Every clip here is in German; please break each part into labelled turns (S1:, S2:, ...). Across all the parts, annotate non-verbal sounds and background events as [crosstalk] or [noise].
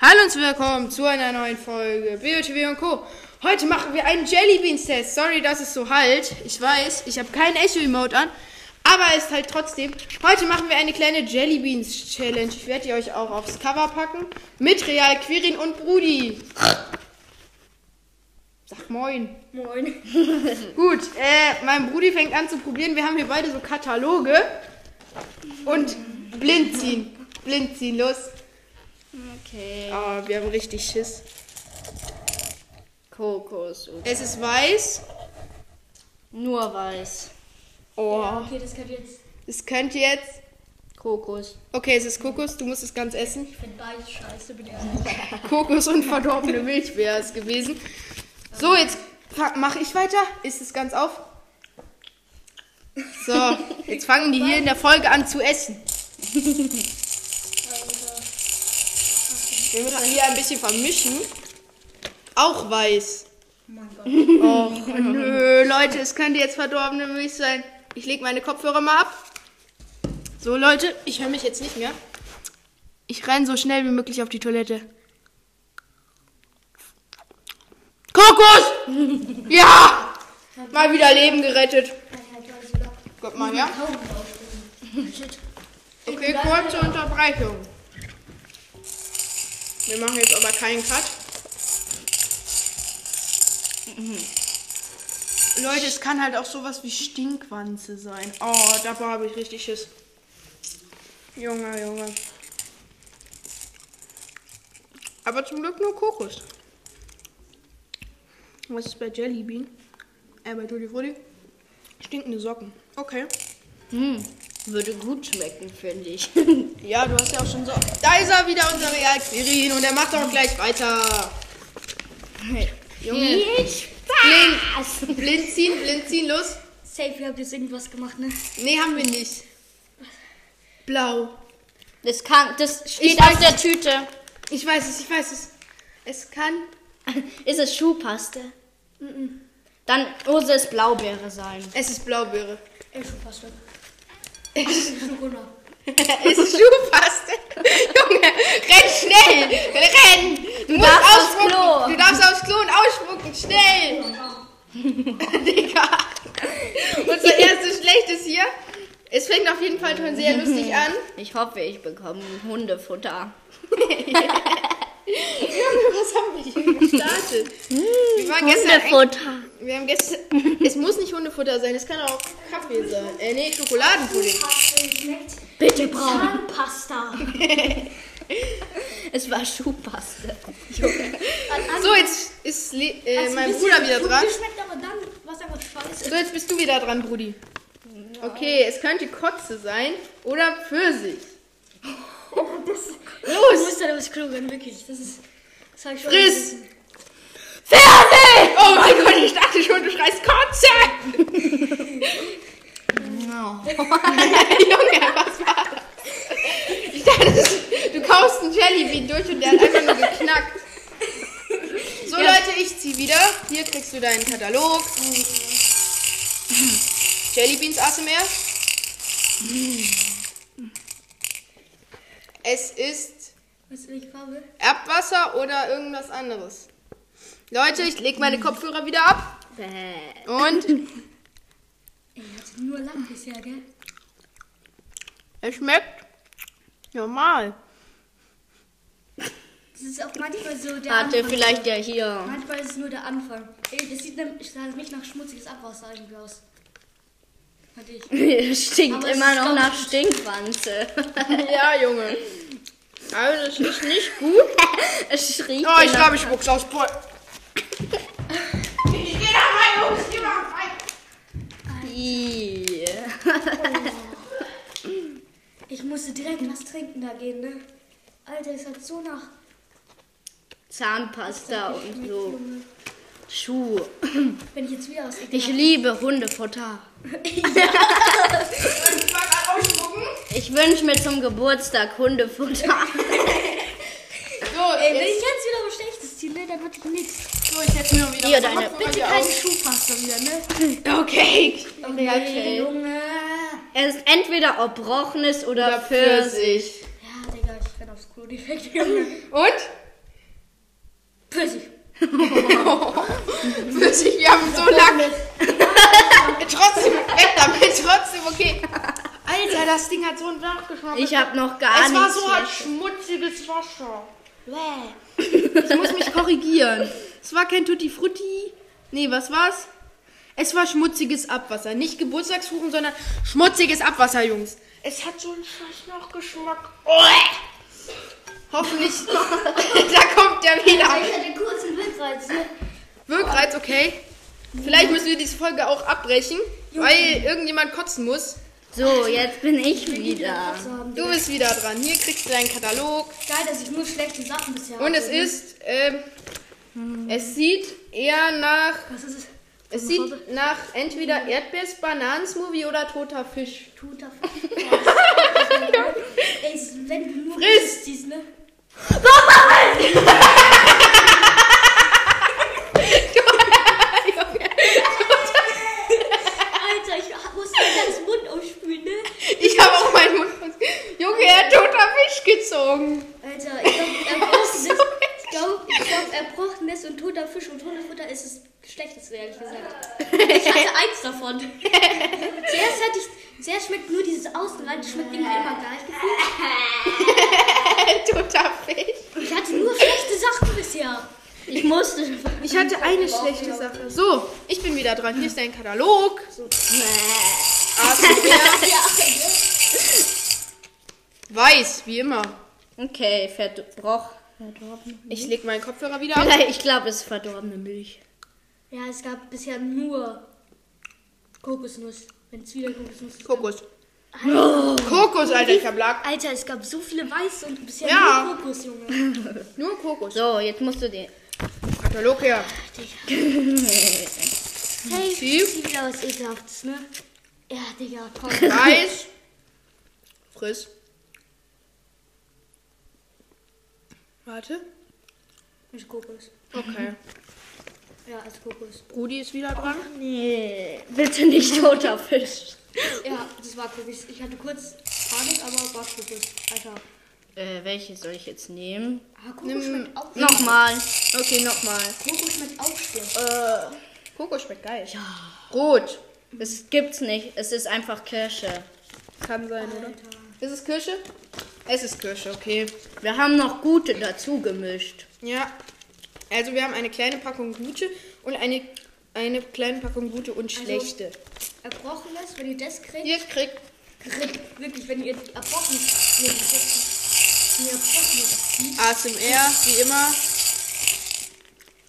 S1: Hallo und willkommen zu einer neuen Folge BOTW und Co. Heute machen wir einen Jellybeans-Test. Sorry, dass es so halt. Ich weiß, ich habe keinen Echo-Emote an, aber ist halt trotzdem. Heute machen wir eine kleine Jellybeans-Challenge. Ich werde die euch auch aufs Cover packen. Mit Real, Quirin und Brudi. Sag moin.
S2: Moin.
S1: Gut, äh, mein Brudi fängt an zu probieren. Wir haben hier beide so Kataloge. Und blind ziehen. Blind ziehen, los.
S2: Okay.
S1: Ah, wir haben richtig Schiss.
S2: Kokos.
S1: Es ist weiß.
S2: Nur weiß.
S1: Oh,
S3: Okay, das könnte jetzt.
S1: es könnte jetzt.
S2: Kokos.
S1: Okay, es ist Kokos, du musst es ganz essen.
S3: Ich finde beides scheiße, bin ich ehrlich.
S1: [laughs] Kokos und verdorbene Milch wäre es gewesen. So, jetzt fa- mach ich weiter. Ist es ganz auf? So, jetzt fangen die hier in der Folge an zu essen. Wir müssen hier ein bisschen vermischen. Auch weiß.
S3: Oh mein Gott.
S1: Och, nö, Leute, es könnte jetzt verdorbene Milch sein. Ich lege meine Kopfhörer mal ab. So, Leute, ich höre mich jetzt nicht mehr. Ich renn so schnell wie möglich auf die Toilette. Kokos! [laughs] Ja! Mal wieder Leben gerettet.
S3: Kann halt mal so locker
S1: Guck mal her.
S3: Augen aufdrehen. Shit.
S1: Okay, kurze Unterbrechung. Wir machen jetzt aber keinen Cut. Leute, es kann halt auch sowas wie Stinkwanze sein. Oh, dabei habe ich richtig Schiss. Junge, Junge. Aber zum Glück nur Kokos. Was ist bei Jellybean? Äh, bei Tutti Frutti? Stinkende Socken. Okay.
S2: Hm. Würde gut schmecken, finde
S3: [laughs]
S2: ich.
S1: Ja, du hast ja auch schon so. Da ist er wieder, unser Real Quirin. Und er macht auch gleich weiter. Junge. Blind, blind ziehen, blind ziehen, los.
S3: Safe, ihr habt jetzt irgendwas gemacht, ne?
S1: Nee, haben wir nicht. Blau.
S2: Das kann. Das steht
S1: Ich
S2: auf der Tüte.
S1: Ich weiß es, ich weiß es. Es kann.
S2: Ist es Schuhpaste? Dann muss es Blaubeere sein.
S1: Es ist Blaubeere.
S3: Ey, Schuhpaste. Schokolade.
S1: [laughs] es ist Schuhpaste. Junge, renn schnell. Renn. Du, musst
S2: darfst aufs
S1: ausspucken.
S2: Klo.
S1: Du darfst aufs Klo und ausspucken. Schnell. [laughs] Digga. Unser erstes schlechtes hier. Es fängt auf jeden Fall schon sehr lustig an.
S2: Ich hoffe, ich bekomme Hundefutter.
S1: Junge, was haben wir hier gestartet? Wir waren gestern. echt-
S2: Hundefutter.
S1: Wir haben gestern. Es muss nicht Hundefutter sein, es kann auch Kaffee sein. Äh, nee, Schokoladenpudding.
S3: Paste schmeckt.
S2: Bitte braun.
S3: Zahnpasta.
S2: Es war Schuhpaste.
S3: Also,
S1: So, jetzt ist Le- äh, mein Bruder wieder dran.
S3: Das schmeckt aber dann, was einfach scheiße.
S1: So, jetzt bist du wieder dran, Brudi. Okay, es könnte Kotze sein oder Pfirsich.
S3: Du
S1: Los!
S3: musst dann aufs Klo gehen, wirklich. Das ist. Das hab ich schon.
S1: Friss!
S3: gelesen.
S1: Pfirsich! Oh mein Gott, ich dachte schon, du schreist Kotze! [laughs] Junge, was war das? Ich dachte, das- du kaufst einen Jellybean durch und der hat einfach nur geknackt. So, Leute, ich zieh wieder. Hier kriegst du deinen Katalog. Jellybeans ASMR. Es ist
S3: Weißt du, welche Farbe?
S1: Erbwasser oder irgendwas anderes. Leute, ich leg meine Kopfhörer wieder ab.
S2: Bäh.
S1: Und [laughs]
S3: Ey, ich hatte nur Lack bisher, gell?
S1: es schmeckt normal.
S3: Das ist auch manchmal so der.
S2: Warte,
S3: Anfang.
S2: vielleicht der hier. [laughs]
S3: Manchmal ist es nur der Anfang. Ey, das sieht nämlich das sah nicht nach schmutziges Abwasser irgendwie aus. Fand ich.
S2: Stinkt
S3: Aber es
S2: immer
S3: ist
S2: noch
S3: ganz
S2: nach
S3: gut. [laughs]
S2: Stinkwanze.
S1: Ja, Junge. Also, es ist nicht gut.
S2: [laughs] Es riecht
S1: Oh, ich
S2: nach-
S1: glaube, ich spuck's aus. Boah. Ich geh da rein, Jungs, ich geh mal rein.
S2: Ih.
S3: Ich musste direkt was trinken da gehen, ne? Alter, es hat so nach.
S2: Zahnpasta und
S3: geschmeckt,
S2: so.
S3: Junge.
S2: Schuh.
S3: Wenn ich jetzt wieder aus
S2: Ich liebe Hundefutter.
S1: Ich war grad ausspucken.
S2: Ich wünsche mir zum Geburtstag Hundefutter.
S1: So,
S3: Ey, wenn ich
S1: jetzt,
S3: jetzt wieder was Schlechtes ziehe, ne, dann wirklich nichts.
S1: so, ich setz mir noch wieder
S2: Hier,
S1: was
S2: deine-
S1: auf.
S3: Bitte
S1: Hier
S3: keine
S1: auf.
S3: Schuhpasta wieder, ne?
S1: [laughs] Okay.
S3: Okay,
S2: okay.
S3: Junge.
S2: Es ist entweder Erbrochenes oder,
S1: Oder
S2: Pfirsich.
S1: Pfirsich.
S3: Ja, Digga, ich renn aufs Klo direkt, Junge.
S1: Und? [laughs] okay. Alter, das Ding hat so einen Nachgeschmack.
S2: Ich hab noch gar
S1: Es war
S2: nichts.
S1: so ein
S2: schlecht.
S1: schmutziges Wasser.
S3: Bäh.
S1: Ich muss mich korrigieren. Es war kein Tutti Frutti. Nee, was war's? Es war schmutziges Abwasser. Nicht Geburtstagskuchen, sondern schmutziges Abwasser, Jungs. Es hat so einen scheiß Nachgeschmack. Oh. Hoffentlich. [laughs] da kommt der wieder.
S3: Ich hatte kurzen Windreiz.
S1: Wirkreiz, okay. Vielleicht müssen wir diese Folge auch abbrechen, weil irgendjemand kotzen muss.
S2: [laughs] So, jetzt bin ich wieder.
S1: Du bist wieder dran. Hier kriegst du deinen Katalog.
S3: Geil, dass ich nur schlechte Sachen bisher
S1: Und es
S3: hatte.
S1: ist, ähm, es sieht eher nach
S3: Was ist es?
S1: Es sieht nach entweder Erdbeers, Bananensmoothie oder toter Fisch.
S3: Tut auf. [laughs] Ey, es- wenn du nur
S1: Friss! [laughs]
S3: dies, ne? Alter, ich muss meinen ganzen Mund umspülen, ne?
S1: [laughs] Ich habe auch meinen Mund. Junge, er hat toter Fisch [laughs] gezogen.
S3: Alter, ich glaube, erbrochenes, ich glaub, ich glaub, erbrochenes und toter Fisch und Hundefutter ist das Schlechteste, ehrlich gesagt. Ich hatte eins davon. Zuerst hatte ich, zuerst schmeckt nur dieses Außenrand, das schmeckt irgendwie immer gleich gefühlt.
S1: toter Fisch.
S3: Ich hatte nur schlechte Sachen bisher.
S2: Ich musste.
S1: Ich hatte eine schlechte Sache. So, ich bin wieder dran. Hier ist dein Katalog. Atembeer. [laughs] Weiß, wie immer.
S2: Okay, verbroch. Verdorbene.
S1: Ich leg meinen Kopfhörer wieder ab.
S2: Vielleicht, ich glaube, es ist verdorbene Milch.
S3: Ja, es gab bisher nur Kokosnuss. Wenn es wieder Kokosnuss ist.
S1: Kokos. Kokos, Alter, ich hab Lack.
S3: Alter, es gab so viele Weiß und bisher
S1: Ja.
S3: nur Kokos, Junge.
S1: Nur Kokos.
S2: So, jetzt musst du den.
S1: Katalog her.
S3: Hey,
S1: Sieh.
S3: sieht wieder was Ekelhaftes, ne? Ja, Digga, komm.
S1: Weiß. Friss. Warte.
S3: Mit Kokos.
S1: Okay.
S3: Ja, als Kokos.
S1: Rudi ist wieder dran.
S2: Nee, bitte nicht toter Fisch.
S3: Ja, das war Kokos. Ich hatte kurz Panik, aber war Kokos. Alter.
S2: Äh, welche soll ich jetzt nehmen?
S3: Ah, Kokos
S1: Nimm-
S3: schmeckt auch
S2: Nochmal.
S1: Okay, nochmal.
S3: Kokos schmeckt auch schlecht.
S1: Äh, Kokos schmeckt geil. Rot.
S2: Es gibt's nicht. Es ist einfach Kirsche.
S1: Kann sein, oder?
S3: Alter.
S1: Ist es Kirsche? Es ist Kirsche, okay.
S2: Wir haben noch gute dazu gemischt.
S1: Ja. Also wir haben eine kleine Packung gute und eine, eine kleine Packung gute und schlechte.
S3: Erbrochenes, wenn ihr das kriegt.
S1: Ihr Also, kriegt
S3: kriegt wirklich, wenn ihr erbrochenes. Nee, das ist- wenn ihr erbrochenes zieht.
S1: ASMR, wie immer.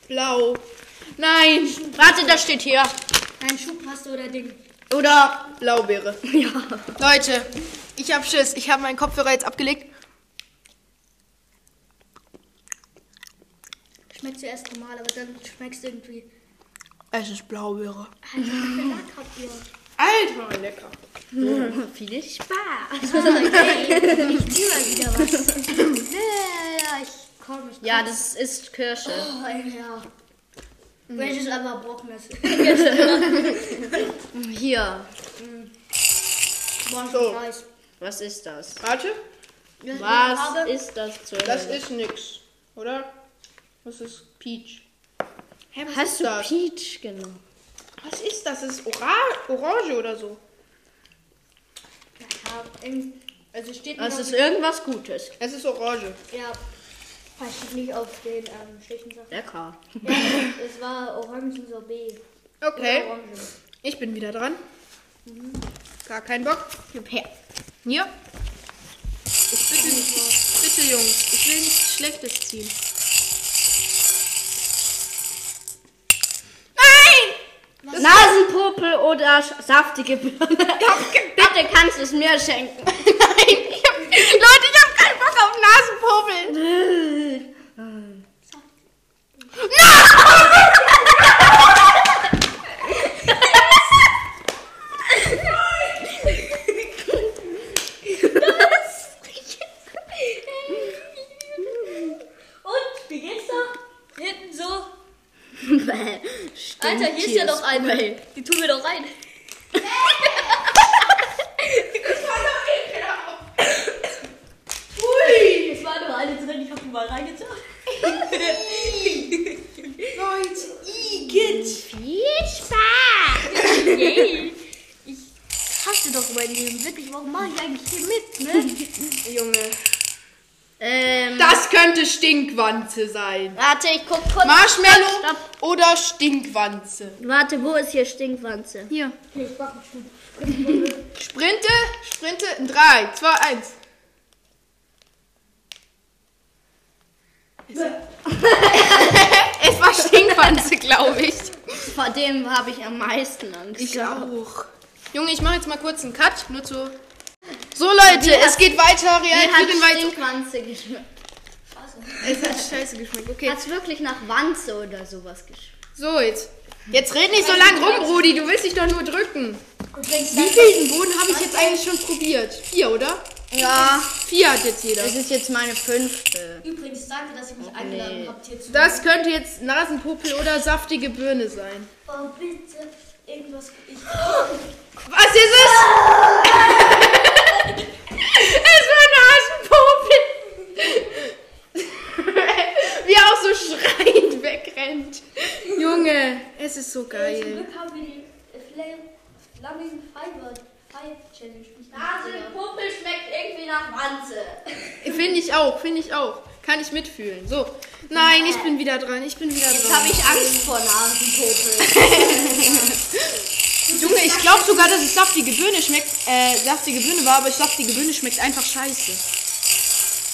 S1: Blau. Nein.
S2: Warte, das steht hier. [laughs]
S3: Nein, Schuhpaste oder Ding.
S1: Oder Blaubeere. [laughs] Ja. Leute, ich hab Schiss. Ich habe meinen Kopfhörer jetzt abgelegt.
S3: Schmeckt zuerst normal, aber dann schmeckst du irgendwie.
S1: Es ist Blaubeere.
S3: Alter, wie viel Lack habt ihr?
S1: Alter, lecker.
S2: Viel Spaß.
S3: Okay, ich zieh mal wieder was. Ja, ich komm, ich komm.
S2: Ja, das ist Kirsche.
S3: Oh, ja. Welches aber erbrochenes.
S2: Hier.
S3: Boah,
S1: So.
S3: so. Weiß.
S2: Was ist das?
S1: Warte,
S3: Ja, ich
S2: Was
S3: habe-
S2: ist das zu?
S1: das ist nix, oder? Das ist Peach. Hä, was
S2: Hast
S1: ist
S2: du
S1: das?
S2: Peach genommen?
S1: Was ist das? Das ist Ora Orange oder so.
S3: Ja, irgend- also steht
S2: Das
S3: noch-
S2: ist irgendwas Gutes.
S1: Es ist Orange.
S3: Ja, weiß ich nicht auf den ähm, schlechten [laughs] Sachen.
S2: Lecker.
S3: Ja, es war Orangensorbet.
S1: Okay,
S3: Oder Orange.
S1: ich bin wieder dran. Gar kein Bock. Gib her. Hier. Ich bitte, bitte Jungs, ich will nichts Schlechtes ziehen. Nein!
S2: Nasenpopel oder sch-
S1: [laughs]
S2: saftige Birne. Bitte kannst du es mir schenken.
S1: Nein, ich hab, Leute, ich hab keinen Bock auf Nasenpopeln.
S3: Und, wie geht's da? Hinten so.
S2: Stimmt,
S3: Alter, hier ist ja noch
S2: ist
S3: eine.
S2: cool.
S3: Die tun wir doch [laughs] rein.
S1: Ui!
S3: Es war nur eine drin, ich hab die mal reingezogen.
S1: Leute, Igitt!
S2: Viel Spaß.
S3: Yay. Ich hasse doch mein Leben. Wirklich, warum mache ich eigentlich hier mit, ne?
S1: Junge.
S2: Ähm,
S1: Das könnte Stinkwanze sein.
S2: warte, ich guck kurz.
S1: Marshmallow
S2: Stopp.
S1: oder Stinkwanze.
S2: Warte, wo ist hier Stinkwanze?
S1: Hier. Sprinte, Sprinte. 3, 2, 1. Es war Stinkwanze, glaube ich.
S2: Vor dem habe ich am meisten Angst.
S1: Ich auch. Junge, ich mache jetzt mal kurz einen Cut. Nur zu. So, Leute, es geht weiter.
S2: Wie hat
S1: Reagieren weiter.
S2: Stinkwanze geschmeckt?
S1: Es hat scheiße geschmeckt. Okay.
S2: Hat's wirklich nach Wanze oder sowas geschmeckt?
S1: So, jetzt. Jetzt red nicht so lang rum, Rudi. Du willst dich doch nur drücken.
S3: Übrigens,
S1: Wie viel Boden habe ich jetzt eigentlich schon probiert? Vier, oder?
S2: Ja.
S1: Vier hat jetzt jeder.
S2: Das ist jetzt meine fünfte.
S3: übrigens danke, dass ihr mich eingeladen habt hier zu.
S1: Das könnte jetzt Nasenpopel oder saftige Birne sein.
S3: Oh, bitte. Irgendwas.
S1: [gasps]
S3: Ich,
S1: Was ist es? [laughs] es war Nasenpopel. [laughs] Wie er auch so schreiend wegrennt. Junge, es ist so
S3: zum
S1: geil.
S3: Glück haben wir die Flame, Flaming Fiber Five Challenge. Nasenpuppe schmeckt irgendwie nach Wanze.
S1: Finde ich auch, finde ich auch. Kann ich mitfühlen. So. Nein, ich bin wieder dran. Ich bin wieder
S2: Jetzt
S1: dran.
S2: habe ich Angst vor Nasenpopel.
S1: Junge, ich glaube sogar, dass es saftige Birne schmeckt. Äh, saftige Birne war, aber saftige Birne schmeckt einfach scheiße.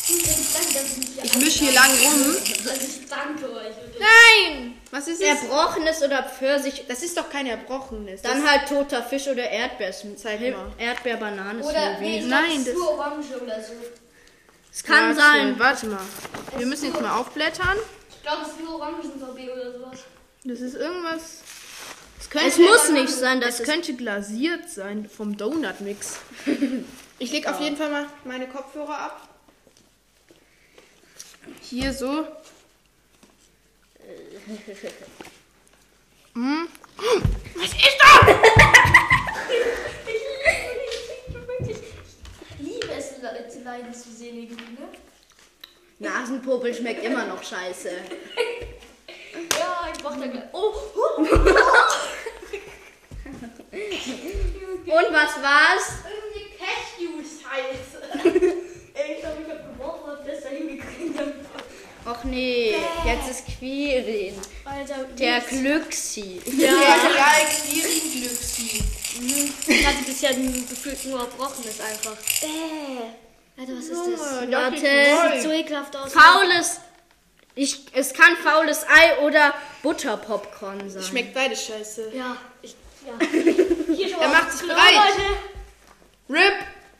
S3: Übrigens danke, dass ihr mich hier
S1: Ich mische hier lang rum.
S3: eingeladen habt. Also ich danke euch. wirklich.
S1: Nein! Mhm. Was ist es?
S2: Erbrochenes oder Pfirsich?
S1: Das ist doch kein Erbrochenes.
S2: Dann
S1: das
S2: halt toter Fisch oder Erdbeersmoothie.
S1: Zeig mal.
S3: Oder, nee,
S2: Erdbeer-Bananen-Smoothie.
S3: ich glaub,
S1: Nein,
S3: es ist
S1: das-
S3: nur Orange oder so.
S2: Es kann
S1: warte,
S2: sein.
S1: Warte mal. Wir müssen jetzt mal aufblättern.
S3: Ich glaube, es ist nur Orangensorbet oder [laughs] sowas.
S1: Das ist irgendwas. Es,
S2: Es muss nicht sein, dass
S1: Es
S2: es
S1: könnte glasiert sein vom [laughs] Donut-Mix. Ich leg auf jeden Fall mal meine Kopfhörer ab. Hier so. Hm. Was ist das?
S3: Ich liebe wirklich- ich liebe es, Le- zu leiden zu sehen irgendwie, ne?
S2: Nasenpopel schmeckt immer noch scheiße.
S3: Ja, ich mach da gleich. [laughs] Oh, oh,
S2: Und was war's?
S3: irgendwie Cashews heiß.
S1: [laughs]
S3: Ey, ich glaube, ich hab geworfen und hab das da hingekriegt.
S2: Och nee, jetzt ist Quirin.
S3: Alter,
S2: Der Glücksi.
S1: Ja,
S3: ich hatte bisher gefühlt nur Erbrochenes einfach.
S1: Äh.
S3: Bäh. Alter, was ist
S1: Oh,
S3: das?
S2: Warte.
S3: Sieht so ekelhaft aus.
S2: Faules. Ich, es kann faules Ei oder Butterpopcorn sein.
S1: Schmeckt beides scheiße.
S3: Ja, ich.
S1: [laughs]
S3: Ja. Hier schon mal.
S1: Er macht sich
S3: Genau,
S1: bereit.
S3: Leute.
S1: RIP!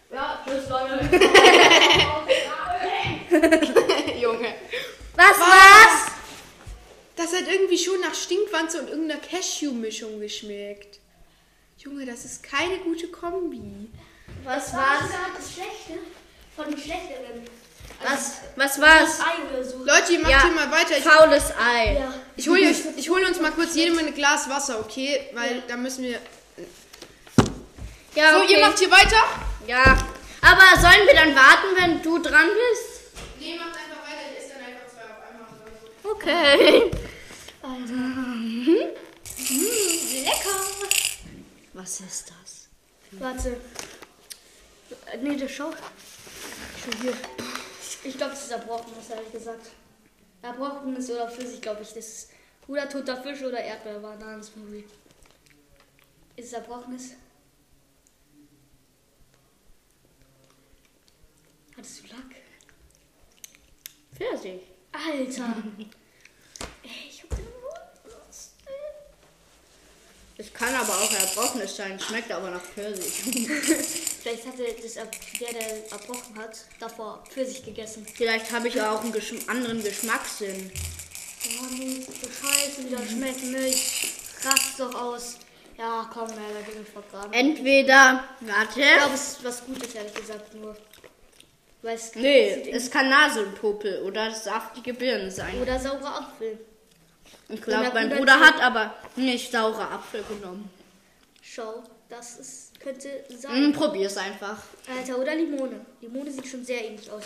S3: Ja, tschüss,
S1: [laughs]
S3: Leute.
S1: Junge.
S2: Was war's?
S1: Das hat irgendwie schon nach Stinkwanze und irgendeiner Cashew-Mischung geschmeckt. Junge, das ist keine gute Kombi.
S2: Was
S3: Was
S2: war's?
S3: war das Schlechte? Von dem Schlechteren.
S2: Was, was war's?
S3: Ei oder so.
S1: Leute, ihr macht
S2: Ja.
S1: hier mal weiter. Ich,
S2: Faules Ei.
S3: Ja.
S1: ich hole ich hol uns mal kurz jedem ein Glas Wasser, okay? Weil da müssen wir.
S2: Ja,
S1: So,
S2: okay.
S1: ihr macht hier weiter?
S2: ja. Aber sollen wir dann warten, wenn du dran bist?
S1: Nee, macht einfach weiter. Ich esse dann einfach zwei auf einmal oder so.
S2: Okay.
S3: Hm, Lecker.
S2: Was ist das?
S3: Warte. Äh, Nee, der schaut. Schon hier. Ich glaube, das ist Erbrochenes, habe ich gesagt. Erbrochenes oder Pfirsich, glaube ich. Das ist oder toter Fisch oder Erdbeer war da das Movie. Ist es Erbrochenes? Hattest du Lack?
S2: Pfirsich.
S3: Alter. Ey, ich hab den Mund.
S2: Es kann aber auch erbrochenes sein, schmeckt aber nach Pfirsich. [laughs]
S3: Vielleicht hatte das, Erb- der, der erbrochen hat, davor Pfirsich gegessen.
S2: Vielleicht habe ich ja auch einen Geschm anderen Geschmackssinn.
S3: Oh nee, so scheiße, wieder schmeckt Milch. Rast doch aus. Ja, komm, ey, da bin ich vergraben. Ich
S2: Entweder, warte.
S3: glaube, es ist was Gutes, ehrlich gesagt, nur. Weil es
S2: Nee,
S3: sieht
S2: es kann Nasenpopel oder saftige Birnen sein.
S3: Oder saurer Apfel.
S2: Ich
S3: Oder
S2: glaube, mein
S3: guter
S2: Bruder
S3: Tee.
S2: hat aber nicht saure Apfel genommen.
S3: Schau, das ist, könnte sein.
S2: Mm, probier's einfach.
S3: Alter, oder Limone. Limone sieht schon sehr ähnlich aus.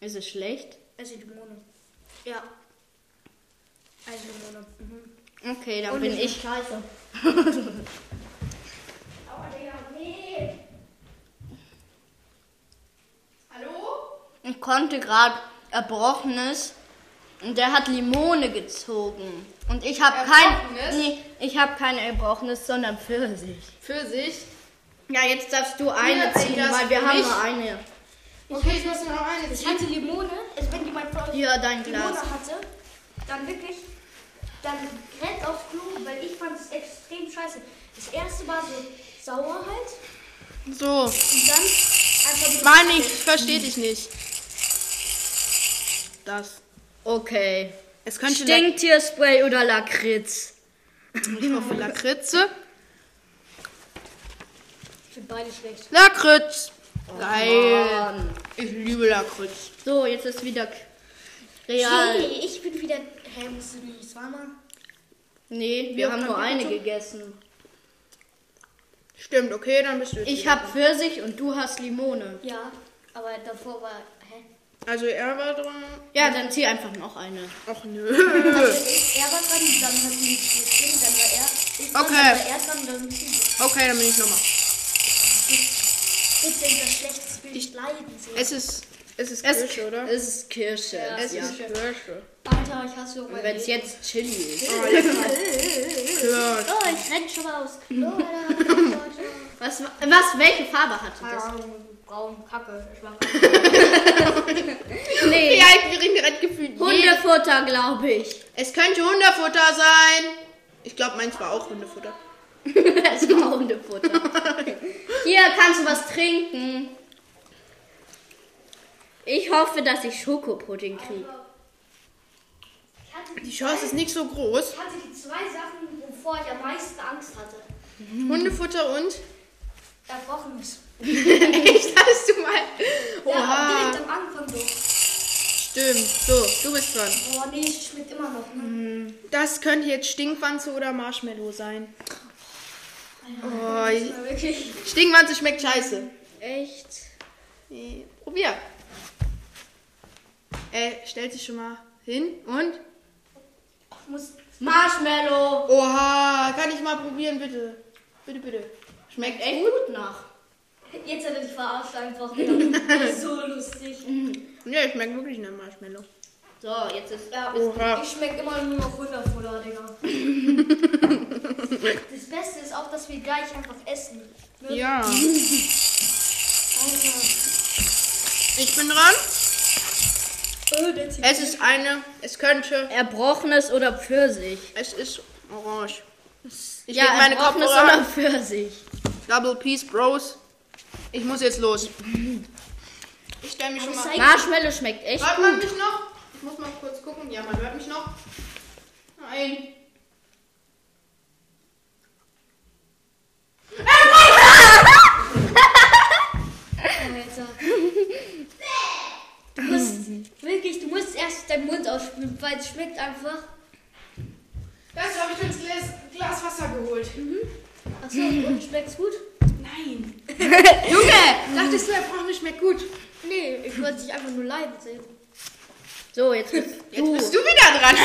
S2: Ist es schlecht?
S3: Also Limone. Ja. Also Limone. Mhm.
S2: Okay, dann
S3: Und
S2: bin
S3: ist
S2: ich.
S3: Scheiße.
S2: und konnte gerade Erbrochenes und der hat Limone gezogen. Und ich habe
S1: Erbrochenes?
S2: kein. Nee, ich habe kein Erbrochenes, sondern Pfirsich.
S1: Für sich.
S2: Ja, jetzt darfst du eine
S1: Ja, ey,
S2: ziehen,
S1: das
S2: weil wir
S1: für
S2: haben
S1: mich.
S2: nur eine.
S1: Okay, ich muss nur noch eine
S3: Ich
S1: ziehen.
S3: hatte Limone, also wenn jemand von euch
S2: Ja, dein
S3: Limone
S2: Glas.
S3: hatte, dann wirklich, dann rennt aufs Klo, weil ich fand es extrem scheiße. Das erste war so sauer halt
S1: So,
S3: und dann einfach so-
S1: Mann, ich verstehe dich nicht. Das.
S2: Okay.
S1: Es könnte
S2: Stinktierspray oder Lakritz?
S1: La ich hoffe, Lakritze.
S3: Ich finde beide schlecht.
S1: Lakritz. Geil.
S2: Mann.
S1: Oh. Ich liebe Lakritz.
S2: So, jetzt ist wieder K- real.
S3: Nee, ich bin wieder. Hä, musst du nicht zweimal?
S2: Nee, wir haben nur eine gegessen.
S1: Stimmt, okay, dann bist du jetzt
S2: Ich
S1: wieder
S2: habe Pfirsich und du hast Limone.
S3: Ja, aber davor war. Hä?
S1: dran. Also er war dran.
S2: Ja, dann zieh einfach noch eine.
S1: Ach [laughs] nö.
S3: Also ich- Er war dran, dann hat sie mich gesehen, dann war er. Ich dran,
S1: Okay.
S3: Dann war er dran, dann ich
S1: Okay, dann bin ich nochmal.
S3: denke, das schlechtes Bild ich leiden sehen.
S1: Es ist. Es ist
S2: Es,
S1: Kirsche, oder?
S2: es ist Kirsche.
S3: Ja.
S1: Es
S2: ja.
S1: ist Kirsche.
S3: Alter, ich hasse auch mein
S2: Wenn es
S3: Leben.
S2: jetzt Chili ist.
S1: Klar.
S3: Oh, ich renn schon
S1: [laughs]
S3: mal aus. Klo, Alter.
S2: Was, was, welche Farbe hatte das?
S3: Braun, braun, Kacke. Ich war
S2: Nee,
S1: Ja, ich bin direkt gefühlt. jeden-
S2: Hundefutter, glaube ich. [laughs]
S1: Es könnte Hundefutter sein. Ich glaube, meins war auch Hundefutter.
S2: Es war Hundefutter. Hier kannst du was trinken. Ich hoffe, dass ich Schokopudding kriege.
S3: Ich hatte,
S1: Die Chance ist nicht so groß.
S3: ich hatte die zwei Sachen, wovor ich am meisten Angst hatte.
S1: Hm. Hundefutter [laughs] und.
S3: Erbrochenes.
S1: Echt, hattest du mal.
S3: Ja,
S1: Oha.
S3: direkt am Anfang so.
S1: Stimmt. So, du bist dran.
S3: Boah, nee, es schmeckt immer noch. Ne?
S1: Mhm. Das könnte jetzt Stinkwanze oder Marshmallow sein. Oh,
S3: Ja, wirklich.
S1: Stinkwanze schmeckt scheiße.
S2: Echt?
S1: Nee, Probier. Ey, stell dich schon mal hin und.
S3: Ich muss
S2: Marshmallow.
S1: Oha, kann ich mal probieren, bitte. Bitte, bitte. Schmeckt echt
S2: Gut nach.
S3: Jetzt hat er dich verarscht
S1: [laughs]
S3: einfach. wieder. so lustig.
S1: Ne, schmeckt wirklich nach Marshmallow.
S2: So, jetzt ist.
S3: Ja,
S1: Oha.
S3: ich schmecke immer nur noch
S1: [laughs]
S3: Hunderfutter, Digga. das Beste ist auch, dass wir gleich einfach essen. Ne?
S1: Ja.
S3: Alter.
S1: Ich bin dran.
S3: Oh, der zieht.
S1: Es ist eine, es könnte,
S2: Erbrochenes oder Pfirsich?
S1: es ist orange. Ich
S2: ja, also
S1: leg meine
S2: Erbrochenes
S1: Kopfhörer
S2: oder Pfirsich.
S1: Double Peace Bros. Ich muss jetzt los. Ich stelle mich schon
S3: Aber
S1: mal.
S3: sei-
S2: Marshmallow schmeckt echt
S1: Hört man
S2: gut.
S1: mich noch? Ich muss mal kurz gucken. Ja, man hört mich noch. Nein.
S3: Alter. Du musst, wirklich, du musst erst deinen Mund ausspülen, weil es schmeckt einfach.
S1: Das habe ich ins Glas, Glas Wasser geholt.
S3: Achso, und schmeckt's gut?
S1: Nein. Junge, dachtest du, er braucht nicht mehr gut.
S3: Nee, ich wollte dich einfach nur leiden sehen.
S2: So, jetzt ist.
S1: Jetzt bist du wieder dran.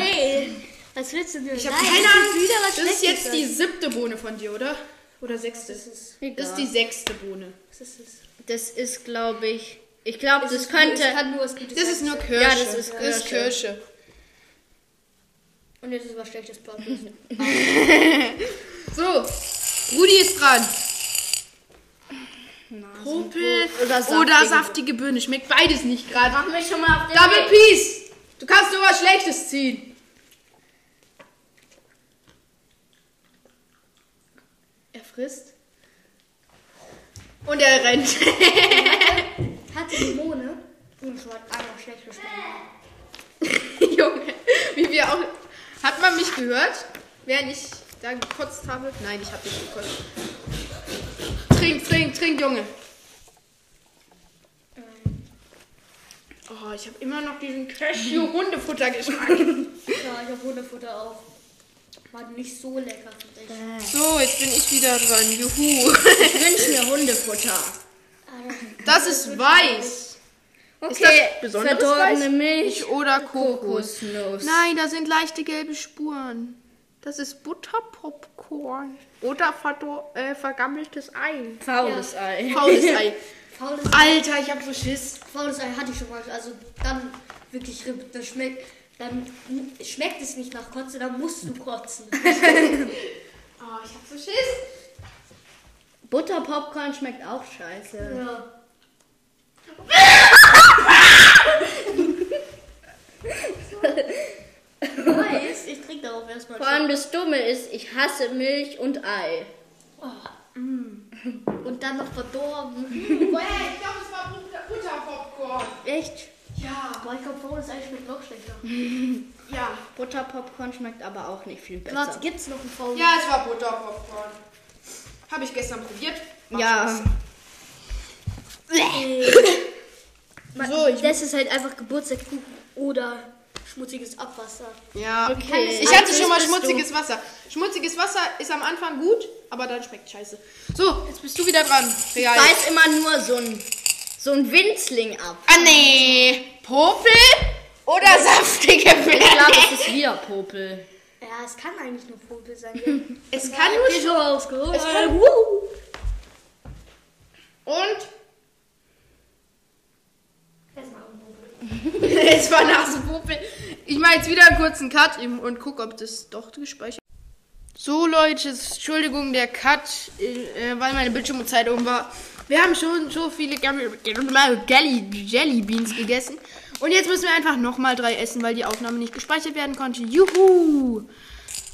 S3: Nee. Was willst du denn?
S1: Ah. Ich habe
S3: Nein,
S1: keine
S3: das ist
S1: Ahnung.
S3: Wieder was
S1: Das ist jetzt die
S3: Schlechtes.
S1: siebte Bohne von dir, oder? Oder sechste? Das ist,
S2: Egal.
S1: die sechste Bohne.
S3: Das ist es.
S2: Das ist, glaube ich. Ich glaube,
S3: Es
S2: das
S3: ist gut, Es
S2: könnte.
S3: kann nur was Gutes
S1: Das ist
S3: sein.
S1: nur Kirsche.
S2: Ja, das ist
S1: Das ist
S2: Kirsche.
S1: Kirsche.
S3: Und jetzt ist was Schlechtes Plan.
S1: So, Rudi ist dran. Popel
S2: oder
S1: oder,
S2: saftige
S1: saftige Birne. Schmeckt beides nicht gerade.
S2: Mach mich schon mal auf den
S1: Double
S2: Weg.
S1: Peace. Du kannst nur was Schlechtes ziehen. Er frisst. Und er rennt.
S3: Hatte Limone. Und es hat Oh, einfach schlecht
S1: [laughs]
S3: geschmeckt.
S1: Junge, wie wir auch. Hat man mich gehört, während ich da gekotzt habe? Nein, ich habe nicht gekotzt. Trink, trink, trink, Junge. Oh, ich habe immer noch diesen Cashew-Hundefutter-Geschmack.
S2: [laughs]
S3: Ja, ich habe Hundefutter auch. War nicht so lecker, finde ich.
S1: So, jetzt bin ich wieder dran. Juhu. [laughs]
S2: Ich wünsche mir Hundefutter.
S1: Das ist weiß.
S2: Okay,
S1: das besonderes
S2: verdorbene
S1: Weiß?
S2: Milch.
S1: Oder
S2: Kokosnuss.
S1: Nein, da sind leichte gelbe Spuren. Das ist Butterpopcorn. Oder verdor- äh, vergammeltes Ei.
S2: Faules Ei.
S1: Faules Ei.
S3: Faules
S1: [laughs] Alter, ich hab so Schiss.
S3: Faules Ei hatte ich schon mal. Also dann wirklich Ripp. Das schmeckt. Dann schmeckt es nicht nach Kotze, dann musst du kotzen.
S1: Oh, ich hab so Schiss.
S2: Butterpopcorn schmeckt auch scheiße.
S3: Ja. Weiß, ich trinke darauf erstmal.
S2: Vor allem das Dumme ist, ich hasse Milch und Ei.
S3: Oh, mm. Und dann noch verdorben.
S1: Hey, ich glaube, es war Butter- Butterpopcorn.
S2: Echt?
S1: Ja,
S3: Boah, ich glaube, faules Ei schmeckt noch schlechter.
S1: ja.
S2: Butterpopcorn schmeckt aber auch nicht viel besser.
S3: Warte, gibt's noch ein faules [laughs]
S1: Ja, es war Butterpopcorn. Habe ich gestern probiert. Macht
S2: Ja.
S3: Man-
S1: So, ich-
S3: das ist halt einfach Geburtstagskuchen oder schmutziges Abwasser.
S1: Ja,
S2: Okay.
S1: Ich hatte schon mal
S2: Bist du-
S1: schmutziges Wasser. Schmutziges Wasser ist am Anfang gut, aber dann schmeckt scheiße. So, jetzt bist du wieder dran.
S2: Ich
S1: Real.
S2: beiß immer nur so ein, so ein Winzling ab.
S1: Ah, nee. Popel [laughs] oder saftige
S2: Ich glaube,
S1: Birne?
S2: es ist wieder Popel.
S3: Ja, es kann eigentlich nur
S1: [laughs]
S3: Popel sein.
S1: Es kann nur
S3: schon mal ausgeholt.
S1: Es kann-
S3: Wow.
S1: Und [laughs]
S3: Erstmal ein Popel.
S1: es war Nasenpopel. Ich mache jetzt wieder einen kurzen Cut im- und guck, ob das doch gespeichert So, Leute, es- Entschuldigung, der Cut, äh, äh, weil meine Bildschirmzeit um war. Wir haben schon so viele Gummy- Jelly, Jelly Beans gegessen. Und jetzt müssen wir einfach nochmal drei essen, weil die Aufnahme nicht gespeichert werden konnte. Juhu!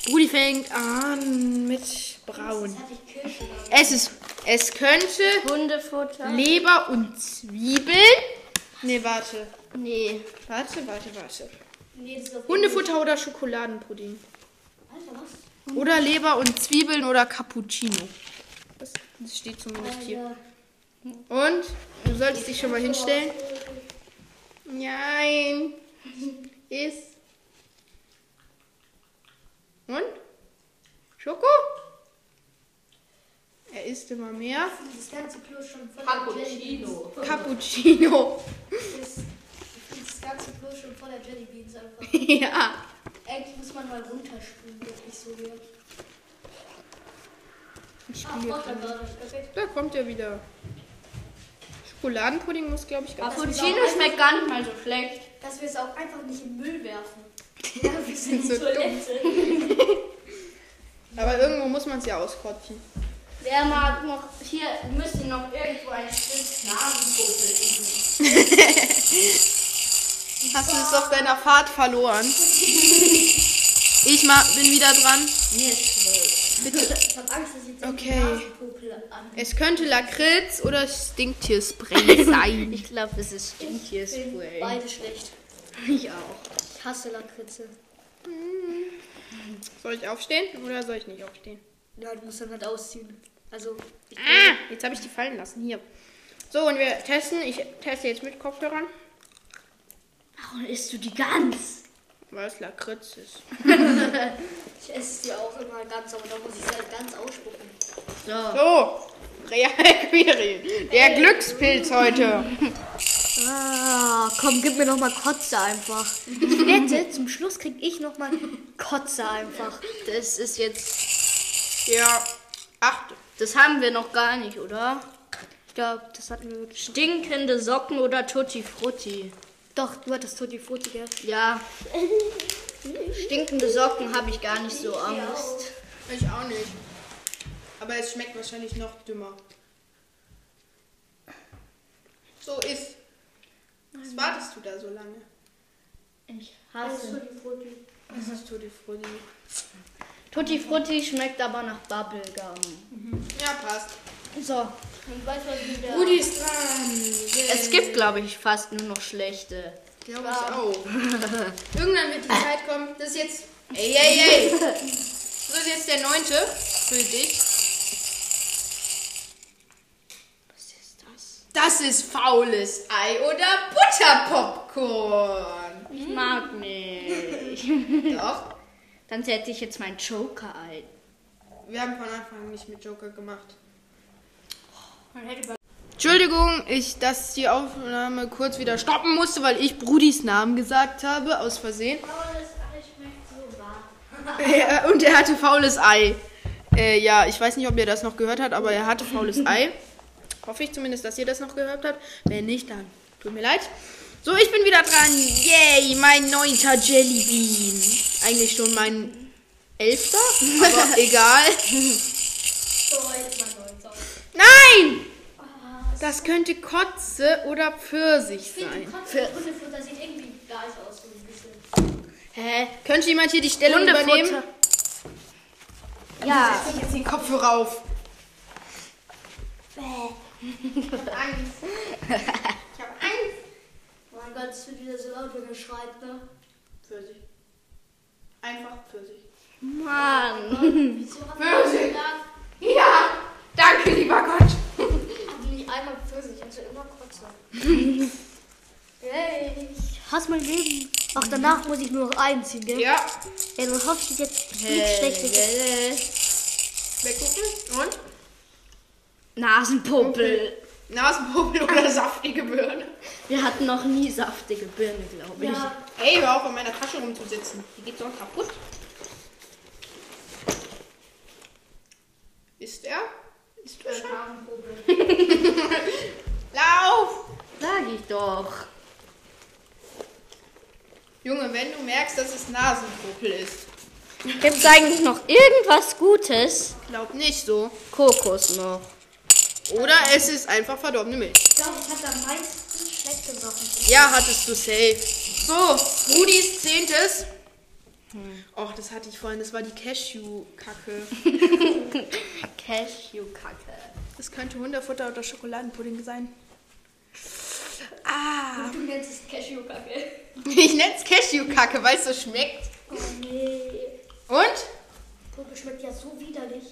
S1: Brudi fängt an mit Braun.
S3: Das hatte ich Kirschen.
S1: Es ist, es könnte
S2: Hundefutter?
S1: Leber und Zwiebeln. Ne, warte.
S2: Nee.
S1: Warte, warte, warte.
S3: Nee, das ist doch-
S1: Hundefutter oder Schokoladenpudding.
S3: Alter, was?
S1: Oder Leber und Zwiebeln oder Cappuccino. Das, das steht zumindest hier.
S3: Ja.
S1: Und? Du solltest dich schon mal hinstellen. Nein. Ist. Und? Schoko? Er isst immer mehr.
S3: Das ganze Klo ist schon voller
S4: Cappuccino.
S3: Jellybeans.
S1: Cappuccino. [laughs]
S3: Das, das ganze Klo ist schon voller Jellybeans einfach.
S1: ja.
S3: Eigentlich muss man mal runterspülen, wenn ich so wäre.
S1: Ich
S3: Ah,
S1: spiele.
S3: Vorteil war das. Perfekt.
S1: Da kommt er wieder. Schokoladenpudding muss, glaube ich, ganz
S2: Cappuccino schmeckt gar nicht mal so schlecht.
S3: Dass wir es auch einfach nicht in den
S1: [laughs]
S3: Müll werfen. Ja, wir sind
S1: so
S3: die Toilette.
S1: Aber irgendwo muss man es ja auskotzen.
S2: Wer mag noch, hier müsste noch irgendwo ein Stück Nasenpopel liegen.
S1: Hast du es auf deiner Fahrt [laughs] verloren? Ich ma bin wieder dran.
S2: Mir ist schlecht.
S1: Bitte.
S3: Ich hab Angst, dass ich jetzt
S1: Okay.
S3: Nasenpopel an.
S1: Es könnte Lakritz oder Stinktierspray sein.
S2: [laughs] Ich glaube, es ist Stinkies Spray.
S3: Beide schlecht.
S2: Ich auch.
S3: Ich hasse Lakritze.
S1: Soll ich aufstehen oder soll ich nicht aufstehen?
S3: Ja, du musst dann halt ausziehen. Also, ich
S1: Ah, jetzt habe ich die fallen lassen. Hier. So, und wir testen. Ich teste jetzt mit Kopfhörern,
S2: Warum isst du die ganz?
S1: weil es Lakritz ist.
S3: Ich esse sie auch immer ganz, aber da muss ich sie halt ganz ausspucken.
S2: So.
S1: So, Real Quirin. Der Glückspilz heute.
S2: Ah, komm, gib mir noch mal Kotze einfach.
S3: Ich wette, zum Schluss krieg ich nochmal Kotze einfach.
S2: Das ist jetzt,
S1: Ja. Achte.
S2: das haben wir noch gar nicht, oder?
S3: Ich glaube, das hatten wir wirklich.
S2: Stinkende Socken oder Tutti Frutti?
S3: Doch, du hattest Tutti Frutti, gell?
S2: Ja. Stinkende Socken habe ich gar nicht so Angst.
S1: Ich auch nicht. Aber es schmeckt wahrscheinlich noch dümmer. So ist. Was wartest du da so lange?
S2: Ich
S3: Das
S2: hasse.
S3: Tutti Frutti.
S1: Das ist Tutti Frutti.
S2: Tutti Frutti schmeckt aber nach Bubblegum.
S1: Ja, passt.
S2: So.
S3: Und weißt du, was wieder.
S1: Rudi ist dran.
S2: Es gibt, glaube ich, fast nur noch schlechte.
S1: Glaube Ähm, ich auch. Irgendwann wird die Zeit kommen. Das ist jetzt. Ey, ey, ey. So ist jetzt der neunte für dich.
S2: Was ist das?
S1: Das ist faules Ei oder Butterpopcorn.
S2: [laughs] Ich mag nicht.
S1: Doch.
S2: Dann setze ich jetzt meinen Joker ein.
S1: Wir haben von Anfang an nicht mit Joker gemacht.
S3: Man hätte
S1: Entschuldigung, ich, dass die Aufnahme kurz wieder stoppen musste, weil ich Brudis Namen gesagt habe, aus Versehen.
S3: Faules Ei schmeckt so warm.
S1: Äh, Und er [laughs] hatte faules Ei. Äh, ja, ich weiß nicht, ob ihr das noch gehört habt, aber er hatte faules Ei. Hoffe ich zumindest, dass ihr das noch gehört habt. Wenn nicht, dann tut mir leid. So, ich bin wieder dran. Yay, mein neunter Jellybean. Eigentlich schon mein elfter, [laughs] aber egal.
S3: Oh,
S1: Nein!
S3: Ah,
S1: Das könnte Kotze oder Pfirsich sein.
S3: Hundefutter sieht irgendwie geil aus. So ein bisschen.
S2: Hä?
S1: Könnte jemand hier die Stellung übernehmen?
S2: Ja.
S1: Ich jetzt den Kopfhörer auf.
S3: Angst. ich hab Angst. Oh mein Gott, es wird wieder so laut, wenn er schreit, ne?
S1: Pfirsich. Einfach Pfirsich.
S2: Mann.
S3: Wieso hat man
S1: Pfirsich.
S3: gesagt,
S1: Ja, danke, lieber Gott.
S3: also nicht einmal Pfirsich, also immer
S2: [laughs]
S3: Kotze. Yay.
S2: Hast mein Leben. Auch danach muss ich nur noch einziehen, gell?
S1: Ja.
S2: Ja, dann hoffe ich jetzt nichts Schlechtes.
S1: Helle. Weggucken. Und?
S2: Nasenpumpel.
S1: Nasenpummel oder saftige Birne.
S2: Wir hatten noch nie saftige Birne, glaube ich.
S3: Ja,
S1: Ey, hör auf, in meiner Tasche rumzusitzen. Die geht sonst kaputt. Ist er? Ist er schon? Lauf!
S2: Sag ich doch.
S1: Junge, wenn du merkst, dass es Nasenpuppel ist.
S2: Gibt's eigentlich noch irgendwas Gutes?
S1: Glaub nicht so.
S2: Kokos noch.
S1: Oder es ist einfach verdorbene Milch.
S3: ich glaube, ich hatte am meisten schlechte Sachen.
S1: Ja, hattest du safe. So, Rudis zehntes.
S2: Hm.
S1: Och, das hatte ich vorhin. Das war die Cashew-Kacke.
S2: Cashew-Kacke.
S1: Das könnte Hundefutter oder Schokoladenpudding sein. [laughs]
S3: Du nennst es Cashew-Kacke.
S1: Ich nenn's Cashew-Kacke, weil es so schmeckt.
S3: Oh nee.
S1: Und?
S3: Puppe schmeckt ja so
S2: [laughs]
S3: widerlich.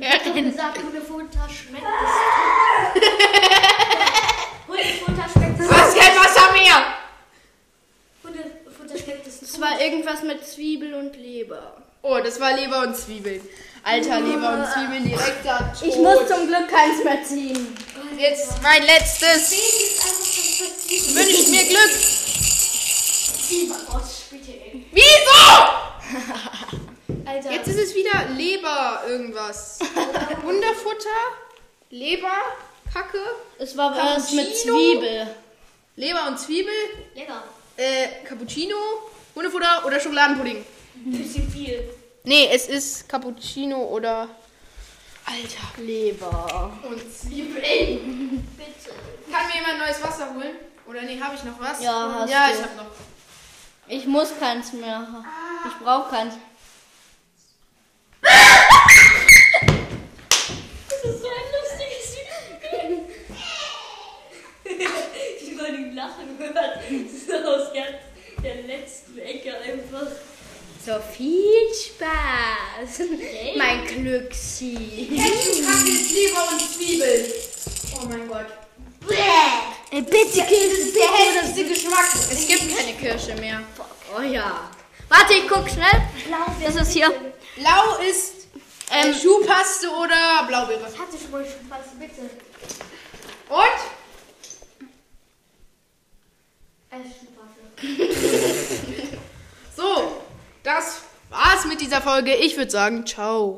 S3: Ich habe gesagt, Hundefutter schmeckt es.
S2: [laughs]
S3: Hundefutter schmeckt es.
S1: Was kein Wasser mehr!
S3: Hundefutter schmeckt es.
S2: Es war irgendwas mit Zwiebel und Leber.
S1: Oh, das war Leber und Zwiebeln. Alter, Leber und Zwiebeln direkt da. Tot.
S2: Ich muss zum Glück keins mehr ziehen.
S1: Jetzt mein letztes.
S3: Wie
S1: Wünscht mir Glück.
S3: Gott, bitte.
S1: Wieso?
S3: Alter.
S1: Jetzt ist es wieder Leber
S2: [laughs]
S1: irgendwas. Hundefutter, Leber, Kacke,
S2: Es war was mit
S1: Cappuccino?
S2: Zwiebel.
S1: Leber und Zwiebel,
S3: lecker.
S1: äh, Cappuccino, Hundefutter oder Schokoladenpudding.
S3: Bisschen viel.
S1: Nee, es ist Cappuccino oder. Alter.
S2: Leber.
S1: Und Zwiebeln. [laughs]
S3: Bitte.
S1: Kann mir jemand neues Wasser holen? Oder nee, habe ich noch was?
S2: Ja, hast
S1: ja
S2: du.
S1: ich habe noch.
S2: Ich muss keins mehr. Ich brauche keins.
S3: Das ist so ein lustiges Video. Ich wollte ihn lachen gehört. So aus der, der letzten Ecke einfach.
S2: So viel Spaß.
S3: Yay.
S2: Mein Glücksi.
S1: Ketchup, Leber und Zwiebeln. Oh mein Gott.
S2: Bitte Kirsche,
S1: Der hässlichste Geschmack. Es gibt keine Kirsche mehr.
S2: Oh ja. Warte, ich guck schnell. Das ist hier.
S1: Blau ist ähm, Schuhpaste oder Blaubeere.
S3: Ich hatte schon mal schon was, bitte.
S1: Und?
S3: Eschenwaffe.
S1: So, das war's mit dieser Folge. Ich würde sagen, ciao.